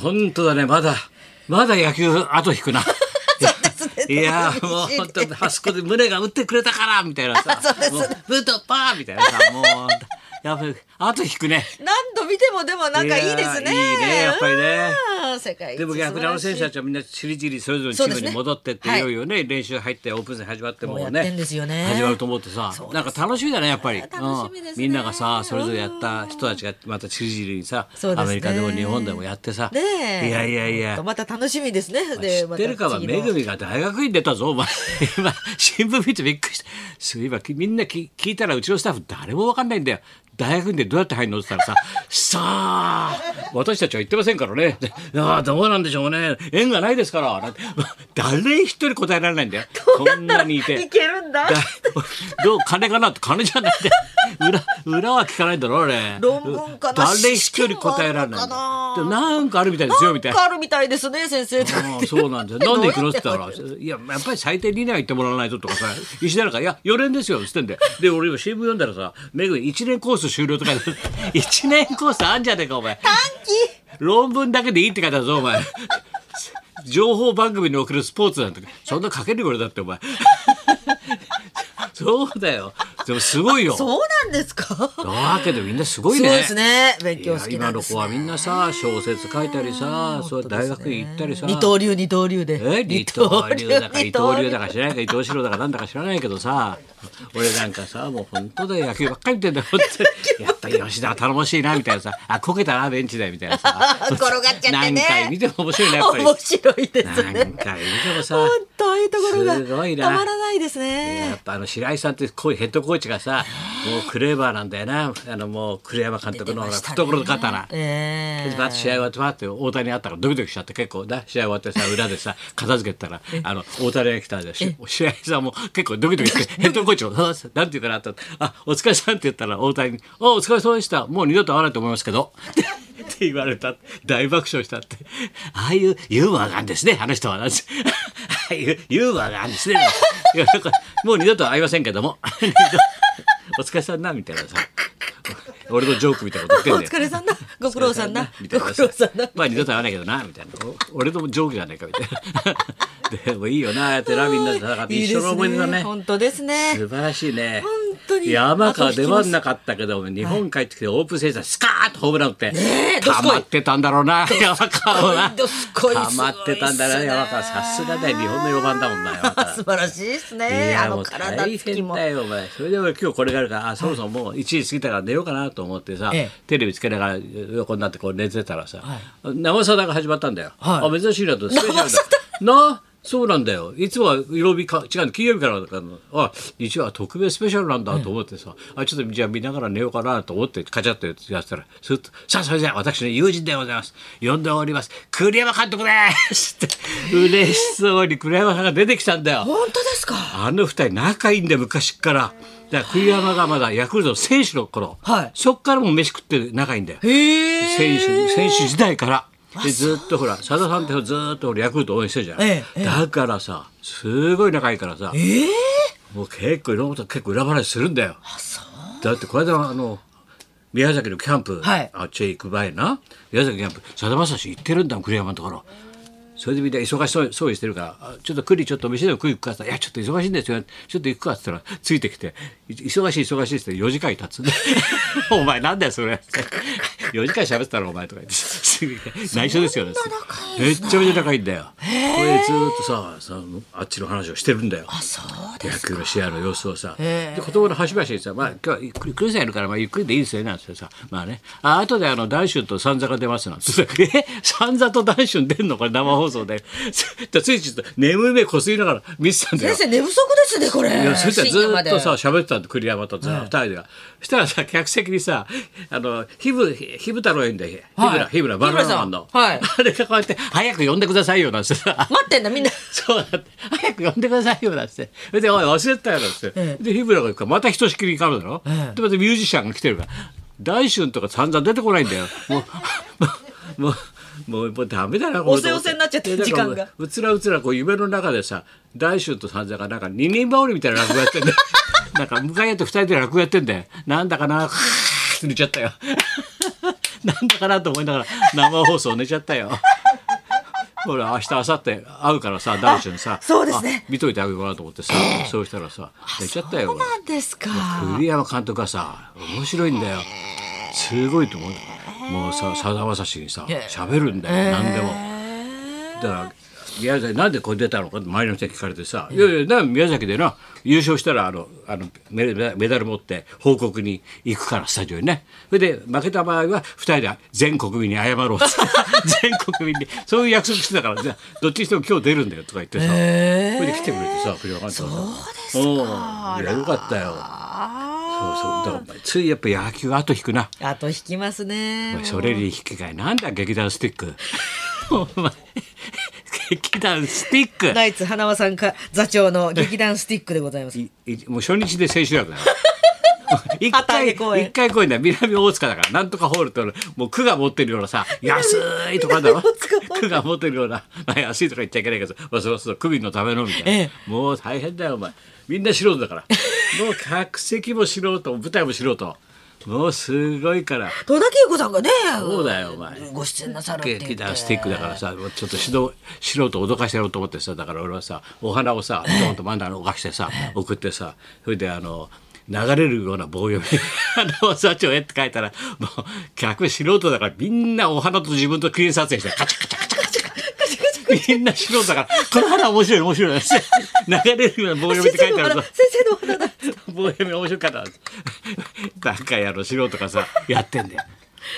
本当だね、まだ、まだ野球後引く な。ですいねや友達もうに本当あそこで胸が打ってくれたからみたいなさ そうですもうブートパーみたいなさもうやっぱりあと引くね何度見てもでもなんかいいですねいやいいねやっぱりねうん世界一でも逆にあの選手た素晴らしちはみんなしりじりそれぞれのチームそうでにすね戻ってって、はいいよいよね練習入ってオープン戦始まってももううやっねてんですよね始まると思ってさそうですなんか楽しみだねやっぱり、楽しみですねみんながさそれぞれやった人たちがまたしりじりにさ、そうですねアメリカでも日本でもやってさ、いねえいやいやいやほんとまた楽しみですね知でってるかはまため次ぐのみが大学院出たぞお前今新聞見てびっくりしたすごい今みんなき聞いたらうちのスタッフ誰も分かんないんだよ大学院でどうやって入るのって言ったらさ「さあ私たちは言ってませんからねでああどうなんでしょうね縁がないですから」なんて誰一人答えられないんだよこんなにいてい。けるんだだどう金かなって金じゃないんだよ裏裏は聞かないんだろうね論文かな誰一人答えられないんだよでなんかあるみたいですよみたいな変わるみたいですね先生とか言っあてあ そうなん ですよ。なんで行くのって言ったら、いや、やっぱり最低2年は行ってもらわないととかさ、 石田なんか、いや、4年ですよ、つってんで。で、俺今新聞読んだらさ、めぐ1年コース終了と か、1年コースあんじゃねえか、お前。短期論文だけでいいって書いてあるぞ、お前。 情報番組に送るスポーツなんて、そんな書けるよ、俺だって、お前。 そうだよ。でもすごいよ。そうなんですかすだけどみんなすごごいいね。ですね勉い強や好きな今んでのす子ねはみんなさ小説書いたりさそう大学行ったりさ二刀流二刀流でえ二刀流だか二伊刀刀流流だか知らないか伊藤四郎だかなんだか知らないけどさ俺なんかさもう本当だよ野球ばっかり見てん だよ本当にやっぱり吉田は頼もしいなみたいなさあこけたなベンチだよみたいなさ 転がっちゃってね何回見ても面白いなやっぱり面白いですね何回見てもさ本当ああいうところがすごいなたまらないですやねっぱあの白井さんってこういうヘッドコーチがさもうクレーバーなんだよなあのもう栗山監督のほら懐の刀。ええバッと試合終わってバッて大谷あったからドキドキしちゃって結構な試合終わってさ裏でさ 片付けてたらあの大谷が来たんでし試合さも結構ドキドキしてヘッドコーチを「あなんて言うかな」と「あお疲れさん」って言ったら大谷に「おお疲れ様でしたもう二度と会わないと思いますけど」ってって言われた大爆笑したってああいうユーモアがあるんですねあの人はなんですああいうユーモアがあるんですねいやなんかもう二度と会いませんけども二度お疲れさんなみたいなさ俺のジョークみたいなことお言ってんだよ疲れさんだご苦労さんだみたごいな苦労さんだまあ二度と会わないけどなみたいなお俺とも上下じゃないかみたいな でもいいよなああやってラビンなって戦っていい一で緒のす思い出だねね本当ですね素晴らしいね本当に山川あと出引きます番なかったけど日本帰ってきてオープン戦でスカーッとホームラン打ってえどす溜こいまってたんだろうな山川もなどすこい溜まってたんだすなごいっす山ね川さすがだよ日本の4番だもんな山 川素晴らしいですいねあやものう体大つき変もだよお前それで俺今日これがあるからあそもそももう1時過ぎたから寝ようかなと思ってさ、ええテレビつけながら横になってこう寝てたらさ、生さだが始まったんだよ、はいあ珍しいなとスペシャルだ生さなそうなんだよいつもは曜日か違うの金曜日からだからあ日曜は特別スペシャルなんだと思ってさ、あちょっとじゃあ見ながら寝ようかなと思ってカチャッとやってたらすっと「さあそれじゃあ私の友人でございます呼んでおります栗山監督です」って嬉しそうに栗山さんが出てきたんだよ。本当ですかあの二人仲いいんだよ昔っから。だから栗山がまだヤクルトの選手の頃、はいそっからもう飯食って仲いいんだよ。へえ選手選手時代から。でずっとほらさださんってずっと俺ヤクルト応援してるじゃん、ええええだからさすごい仲いいからさ、もう結構いろんなこと結構裏話するんだよだってこの間あの宮崎のキャンプ、はいあっちへ行く前な宮崎のキャンプさだまさし行ってるんだもん栗山のところそれでみんな忙しそうそうしてるからあ「ちょっと栗ちょっと飯でも食い行くか」って言ったら「いやちょっと忙しいんですよちょっと行くか」って言ったらついてきて「い忙しい忙しい」って4時間経つ お前なんだよそれ」4時間喋ってたらお前」とか言ってすぐ内緒ですよねめっちゃめちゃ仲いいんだよこれずーっとささあっちの話をしてるんだよあそうで野球の試合の様子をさ、へえで子供の端々にさ「まあ、今日はゆっくりクリスやるから、まあ、ゆっくりでいいですよね」なんてさ「まあねあ後であのダンシュンと三座が出ます」なんてさ「え三座とダンシュン出んのこれ生放送で」 ついちょっと眠い目こすりながら見てたんだよ先。生寝不足ですねこれいやそしたらず深夜まーっでとさ喋ってたんだ栗山とさ、二人ではそしたらさ客席にさあの日ぶ日ぶ太郎いいんだよ日はい村日村バナナマンの、日村さんはいあれがこうやって「早く呼んでくださいよ」なんてさ待ってんだみんな そうだって早く呼んでくださいよなんつってそれで「おい忘れてたよ」なんつって、ええで日村が行くからまたひとしきり行かるだろ、ええでまたミュージシャンが来てるから大春とか散々出てこないんだよもうもうもうもうダメだなおおせおせになっちゃって時間がうつらうつらこう夢の中でさ大春と三座がなんか二人羽織みたいな落語やってん だよ なんか向かい合って二人で落語やってんだよなんだかなって寝ちゃったよなんだかなと思いながら生放送寝ちゃったよ。ほら明日明後日会うからさダルシュにさそうですねあ見といてあげようかなと思ってさ、そうしたらさ寝ちゃったよそうなんですか。栗山監督がさ面白いんだよすごいと思うもうささだまさしにさ喋るんだよ何でも。だから宮崎なんでこれ出たのかって周りの人に聞かれてさ「いやいやなん宮崎でな優勝したらあのあのメメメダル持って報告に行くからスタジオにねそれで負けた場合は2人で全国民に謝ろうって 全国民にそういう約束してたからじゃあどっちにしても今日出るんだよ」とか言ってさそれで来てくれてさ栗山監督がさそうですうか。んいやよかったよそうそうだからお前ついやっぱ野球は後引くな。あと引きますね。それに引き換えなんだ劇団スティッ クお前劇団スティックナイツ花輪さんか座長の劇団スティックでございます。いいもう初日で千秋楽だよ 一旗揚回げ公演一回公演だよ南大塚だからなんとかホールともう区が持ってるようなさ安いとかだろ南大塚ホール区が持ってるような、まあ、安いとか言っちゃいけないけど、まあ、そうそう区民のためのみたいな、えもう大変だよお前みんな素人だから もう客席も素人舞台も素人もうすごいから戸田恵子さんがね。そうだよお前ご出演なさるって言って。劇団スティックだからさちょっと指導素人を脅かしてやろうと思ってさだから俺はさお花をさドーンと真ん中におかしてさ送ってさそれであの流れるような棒読み「花を座長へ」って書いたらもう客素人だからみんなお花と自分とクリーン撮影してカチャカチャカチャカチャみんな素人だから「この花面白い面白い」流れるような棒読みっ先て書生いてのあるお花ぞ先生のお花だ。棒読み面白かったバカ野郎素人がさやってんだよ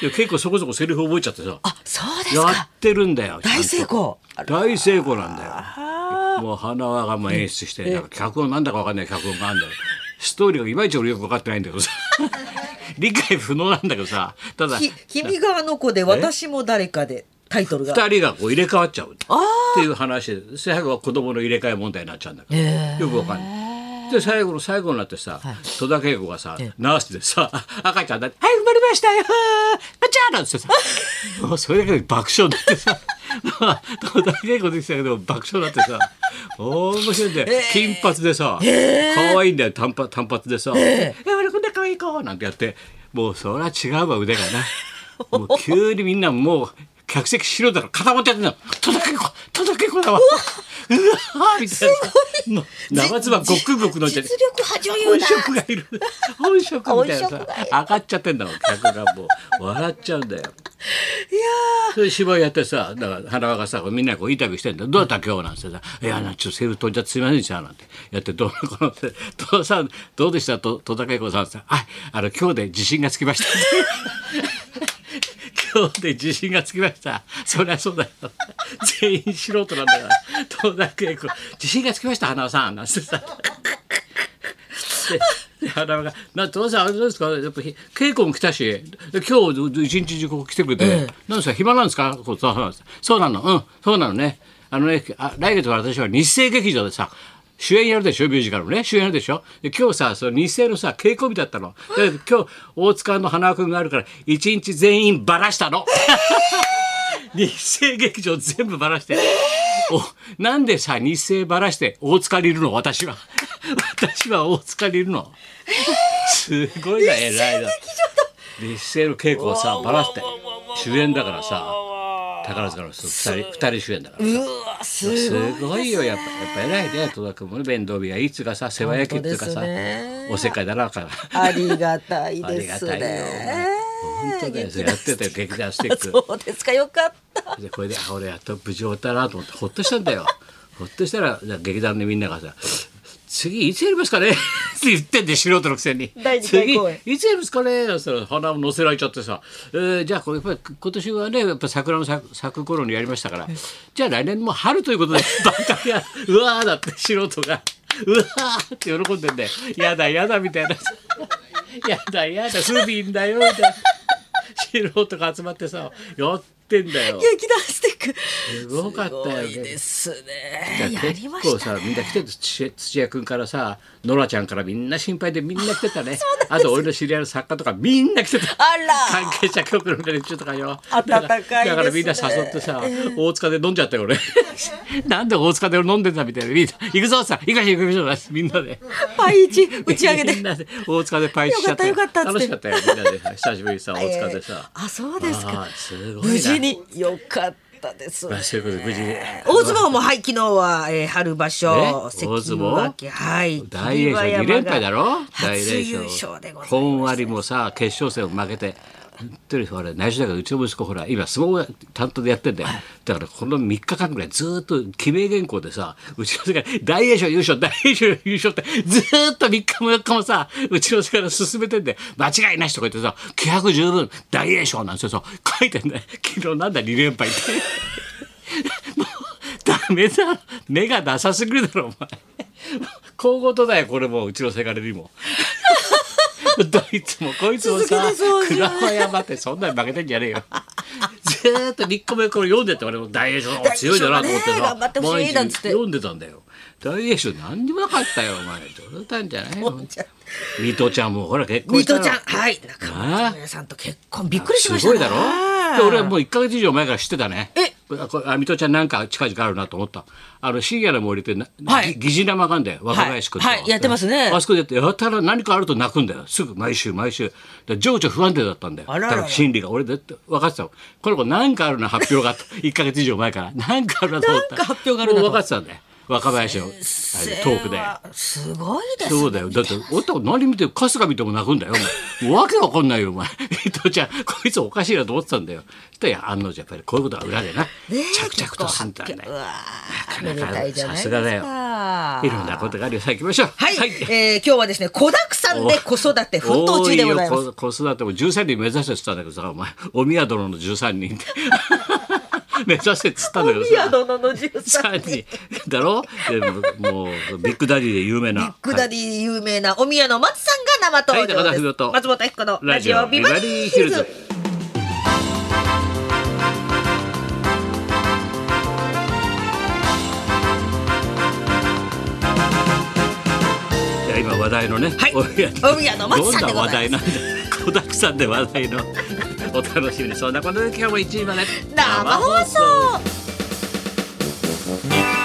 いや結構そこそこセリフ覚えちゃってさあ、そうですやか。ってるんだよ。大成功。ちゃんと。大成功なんだよ。もう花輪がもう演出して、なんか脚本なんだかわかんない脚本があるんだよ。ストーリーがいまいち俺よく分かってないんだけ どさ。理解不能なんだけどさ。ただ、き君があの子で私も誰かでタイトルが。二人がこう入れ替わっちゃうっていう話で最後は子供の入れ替え問題になっちゃうんだけど、よくわかんない。で最後の最後になってさ、戸田恵子がさ、ナースでさ赤ちゃんだって「はい生まれましたよあちゃー」なんつってさもうそれだけで爆笑になってさ 戸田恵子でしたけど爆笑になってさ面白いんだよ、金髪でさ可愛いんだよ短髪短髪でさ「えー、俺こんな可愛い子」なんてやってもうそりゃ違うわ腕がな。もう急にみんなもう客席白だから固まっちゃってんの「戸田恵子戸田恵子だわ」 うわーみたいな長唾ごくごくのっちゃって実力派女優本だ。職がい る本職みたいなさ本職がいる上がっちゃってんだもん客がもう笑っちゃうんだよ。いやそれ芝居やってさだから花輪がさみんなにこうインタビューしてんだよ「どうだった今日?」なんてさ「いやなんかちょっとセーフ飛んじゃってすいませんでした」なんてやって「どうこのどうさんどうでした?」と戸田恵子さんさ「はいあの今日で自信がつきました」 今日で自信がつきました。そりゃそうだよ。全員素人なんだから。戸田恵子、自信がつきました、花輪さん。なんてさ。でで花輪が「な父さんあれですかやっぱり稽古も来たしで今日一日中ここ来てくれて、なんですか暇なんですか?こう」そうなのうんそうなのねあのねあ来月は私は日生劇場でさ主演やるでしょミュージカルもね主演やるでしょで今日さその日生のさ稽古日だったので今日大塚の花輪君があるから一日全員バラしたの。日生劇場全部ばらして、おなんでさ日生ばらして大塚にいるの私は私は大塚にいるの、すごいな偉いな日生の稽古をさばらして主演だからさ宝塚の人2人二人主演だからー、うわすごい。すごいよやっぱやっぱ偉いね戸田君もね弁当日はいつがさ世話焼きっていうかさ、本当ですねおせっかいだなから。ありがたいありでがすたいよね。本当だよ、それやってたよ、劇団スティック。そうですか、よかった。 でこれであ俺やっと無事終わったなと思ってほっとしたんだよほっとしたらじゃあ劇団でみんながさ「次いつやりますかね? 」 って言ってんで素人のくせに第「二回次公演いつやりますかね?」なんて言ったら鼻を乗せられちゃってさ「えーじゃあこれやっぱり今年はねやっぱ桜の咲く咲く頃にやりましたからじゃあ来年も春ということで バカやうわー」だって素人が「うわー」って喜んでんだよ「やだやだ」みたいな「やだやだ不憫だよ」みたいな素人が集まってさやってんだよ。劇団スティッくすごかったよねすごいですいやねやりま結し構たさねみんな来てて土土屋君からさノラちゃんからみんな 心配でみんな来てたねあと俺の知り合いの作家とかみんな来てたあら関係者局の連中とかよ暖かいですねだからだからみんな誘ってさ、大塚で飲んじゃったよ俺 なんで大塚で俺飲んでんだみたいなみんな行くぞさ行かし行くぞみんなでパイチ打ち上 げみんでなで大塚でパイしちゃったよかったよかった楽っつっしてかったよみんなで久しぶりにさ大塚でさ、 あそうですあかーすごいな無事によかったですねまあそういうことで無事に大相撲もはい昨日は、えー、春場所ね大相撲関脇はい大栄翔2連敗だろ大初栄優翔勝でございます本割もさ決勝戦を負けて本当にほら内緒だからうちの息子ほら今相撲を担当でやってんだよだからこの3日間ぐらいずーっと記名原稿でさうちの世界大栄翔優勝大栄翔優勝ってずーっと3日も4日もさうちの世から進めてんで間違いなしとか言ってさ気迫十分大栄翔なんてさ書いてんだよ昨日なんだ2連敗ってもう ダメだ目がなさすぎるだろお前高事だよこれもううちのせがれにも どいつもこいつもさ続けてそうじゃ倉ん山ってそんなに負けてんじゃねえよずーっと3日目これ読んでて俺も大栄翔大栄翔強いだなと思ってねさ頑張ってほしいなんつって読んでたんだよ大栄翔何にもなかったよお前どうたんじゃないのちゃん水戸ちゃんもほら結婚水した戸らちゃんはい中村倫也さんと結婚びっくりしましすたごねいだろで俺はもう1か月以上前から知ってたねえあこれあ水戸ちゃんなんか近々あるなと思ったあの深夜の森ってな、はいぎ疑似生がんだよ若林君と、はいはいやってますねあそこでやってやたら何かあると泣くんだよすぐ毎週毎週で情緒不安定だったんだよあらららだから心理が俺だって分かってたのこの子何かあるな発表があった1 か月以上前から何かあるなと思ったなんか発表があるなともう分かってたんだよ若林のあれでトークで。すごいですねそうだよ。だって、おった何見て、春日見ても泣くんだよ。お前もうわけわかんないよ、お前。 伊藤ちゃん、こいつおかしいなと思ってたんだよ。そしたら、案の定、やっぱりこういうことは裏でな。ねえ着々と進んだんだうよ。わーめなでかたいなじゃかないさですすがかだよ。いろんなことがあるよ。さあ行きましょう。はい、えー今日はですね子だくさんで子育て奮闘中でございます多よこ子育ても13人目指せって言ったんだけどさ、お前、お宮殿の13人って。 目指せっつったんだけどさ。宮殿の13さらにだろでももうビッグダディで有名なビッグダディ有名なお宮の松さんが生登場はい高田です、文夫と松本彦のララジジオオビビババリリーーヒヒルルズズいや今話題のね、はいお部屋お宮の松さどんでんなご話ざ題いまなんだ子だくさんで話題のお楽しみにそんなことで今日も1時まで生放送日